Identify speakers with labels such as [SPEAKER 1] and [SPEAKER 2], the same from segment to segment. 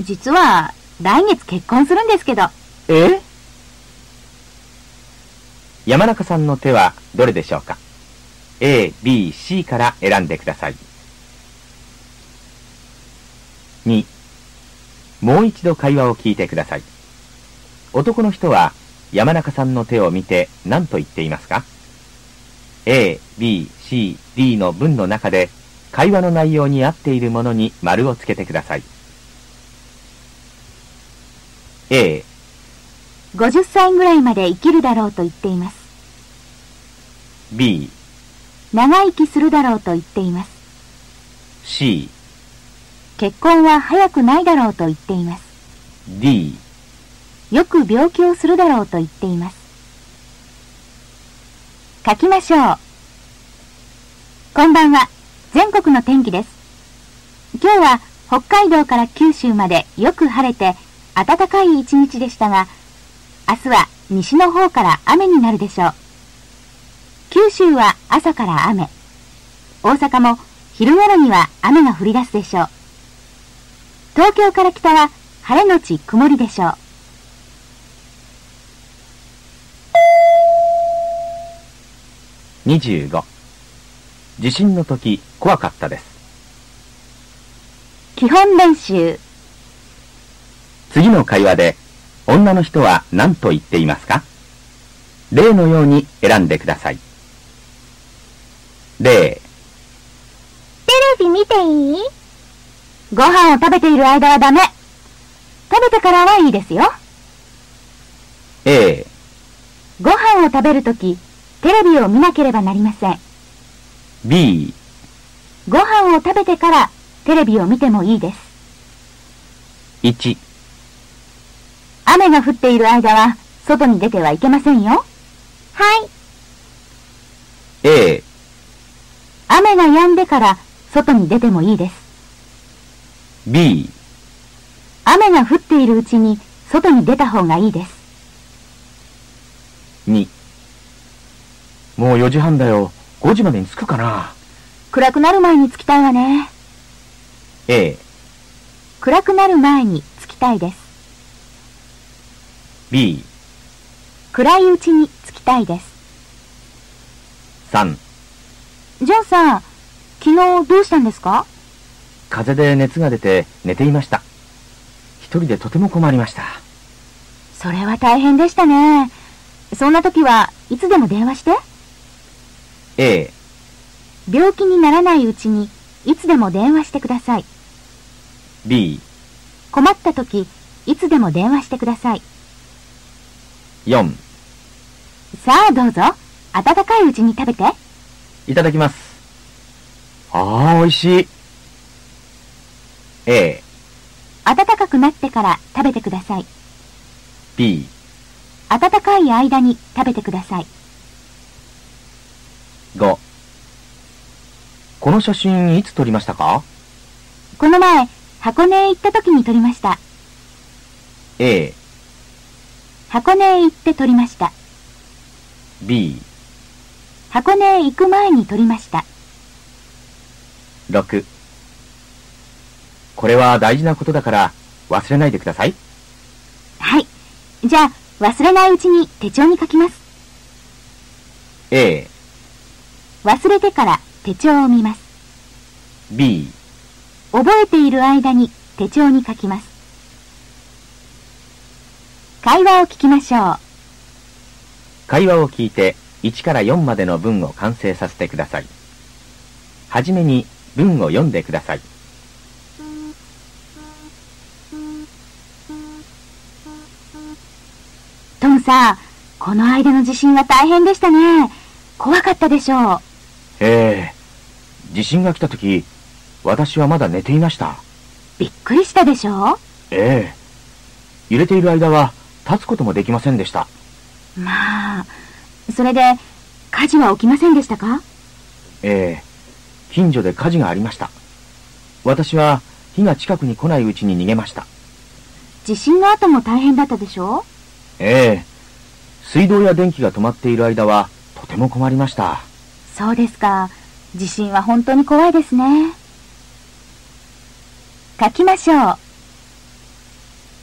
[SPEAKER 1] 実は、来月結婚するんですけど。
[SPEAKER 2] え山中さんの手はどれでしょうか ?A、B、C から選んでください。2、もう一度会話を聞いてください。男の人は山中さんの手を見て何と言っていますか ?A、B、C、D の文の中で会話の内容に合っているものに丸をつけてください。A、
[SPEAKER 1] 50歳ぐらいまで生きるだろうと言っています。
[SPEAKER 2] B、
[SPEAKER 1] 長生きするだろうと言っています。
[SPEAKER 2] C、
[SPEAKER 1] 結婚は早くないだろうと言っています。
[SPEAKER 2] D、
[SPEAKER 1] よく病気をするだろうと言っています。書きましょう。こんばんは。全国の天気です。今日は北海道から九州までよく晴れて暖かい一日でしたが、明日は西の方から雨になるでしょう。九州は朝から雨。大阪も昼頃には雨が降り出すでしょう。東京から北は晴れのち曇りでしょう。
[SPEAKER 2] 25。地震の時怖かったです。
[SPEAKER 1] 基本練習。
[SPEAKER 2] 次の会話で女の人は何と言っていますか例のように選んでください。例、
[SPEAKER 1] テレビ見ていいご飯を食べている間はダメ。食べてからはいいですよ。
[SPEAKER 2] A、
[SPEAKER 1] ご飯を食べるとき、テレビを見なければなりません。
[SPEAKER 2] B、
[SPEAKER 1] ご飯を食べてからテレビを見てもいいです。
[SPEAKER 2] 1、
[SPEAKER 1] 雨が降っている間は外に出てはいけませんよ。はい。
[SPEAKER 2] A、
[SPEAKER 1] 雨が止んでから外に出てもいいです。
[SPEAKER 2] B、
[SPEAKER 1] 雨が降っているうちに外に出た方がいいです。
[SPEAKER 2] 2。もう4時半だよ。5時までに着くかな
[SPEAKER 1] 暗くなる前に着きたいわね。
[SPEAKER 2] ?A、
[SPEAKER 1] 暗くなる前に着きたいです。
[SPEAKER 2] B、
[SPEAKER 1] 暗いうちに着きたいです。
[SPEAKER 2] 3。
[SPEAKER 1] ジョンさん、昨日どうしたんですか
[SPEAKER 2] 風邪で熱が出て寝ていました。一人でとても困りました。
[SPEAKER 1] それは大変でしたね。そんな時はいつでも電話して。
[SPEAKER 2] A、
[SPEAKER 1] 病気にならないうちにいつでも電話してください。
[SPEAKER 2] B、
[SPEAKER 1] 困った時いつでも電話してください。
[SPEAKER 2] 4。
[SPEAKER 1] さあどうぞ。温かいうちに食べて。
[SPEAKER 2] いただきます。ああ、美味しい。A、
[SPEAKER 1] 暖かくなってから食べてください。
[SPEAKER 2] B、
[SPEAKER 1] 暖かい間に食べてください。
[SPEAKER 2] 5。この写真いつ撮りましたか
[SPEAKER 1] この前、箱根へ行った時に撮りました。
[SPEAKER 2] ?A、
[SPEAKER 1] 箱根へ行って撮りました。
[SPEAKER 2] B、
[SPEAKER 1] 箱根へ行く前に撮りました。
[SPEAKER 2] 6。これは大事なことだから忘れないでください。
[SPEAKER 1] はい。じゃあ、忘れないうちに手帳に書きます。
[SPEAKER 2] A、
[SPEAKER 1] 忘れてから手帳を見ます。
[SPEAKER 2] B、
[SPEAKER 1] 覚えている間に手帳に書きます。会話を聞きましょう。
[SPEAKER 2] 会話を聞いて1から4までの文を完成させてください。はじめに文を読んでください。
[SPEAKER 1] トムさん、この間の地震は大変でしたね。怖かったでしょう。
[SPEAKER 2] ええ地震が来た時、私はまだ寝ていました。
[SPEAKER 1] びっくりしたでしょ
[SPEAKER 2] ええ揺れている間は立つこともできませんでした。
[SPEAKER 1] うまあ、それで火事は起きませんでしたか
[SPEAKER 2] ええ近所で火事がありました。私は火が近くに来ないうちに逃げました。
[SPEAKER 1] 地震の後も大変だったでしょ
[SPEAKER 2] ええ水道や電気が止まっている間はとても困りました。
[SPEAKER 1] そうですか。地震は本当に怖いですね。書きましょう。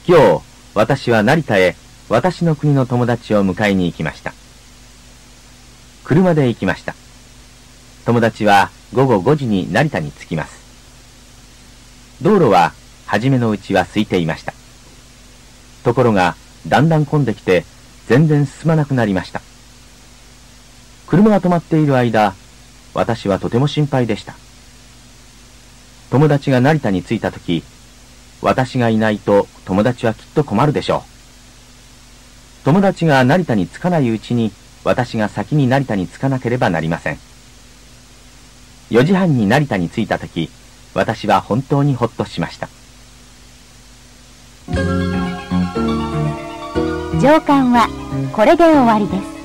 [SPEAKER 2] 今日、私は成田へ、私の国の友達を迎えに行きました。車で行きました。友達は午後5時に成田に着きます。道路は初めのうちは空いていました。ところが、だんだん混んできて、全然進まなくなりました。車が止まっている間、私はとても心配でした。友達が成田に着いたとき、私がいないと友達はきっと困るでしょう。友達が成田に着かないうちに、私が先に成田に着かなければなりません。4時半に成田に着いたとき、私は本当にほっとしました。
[SPEAKER 1] 上巻はこれで終わりです。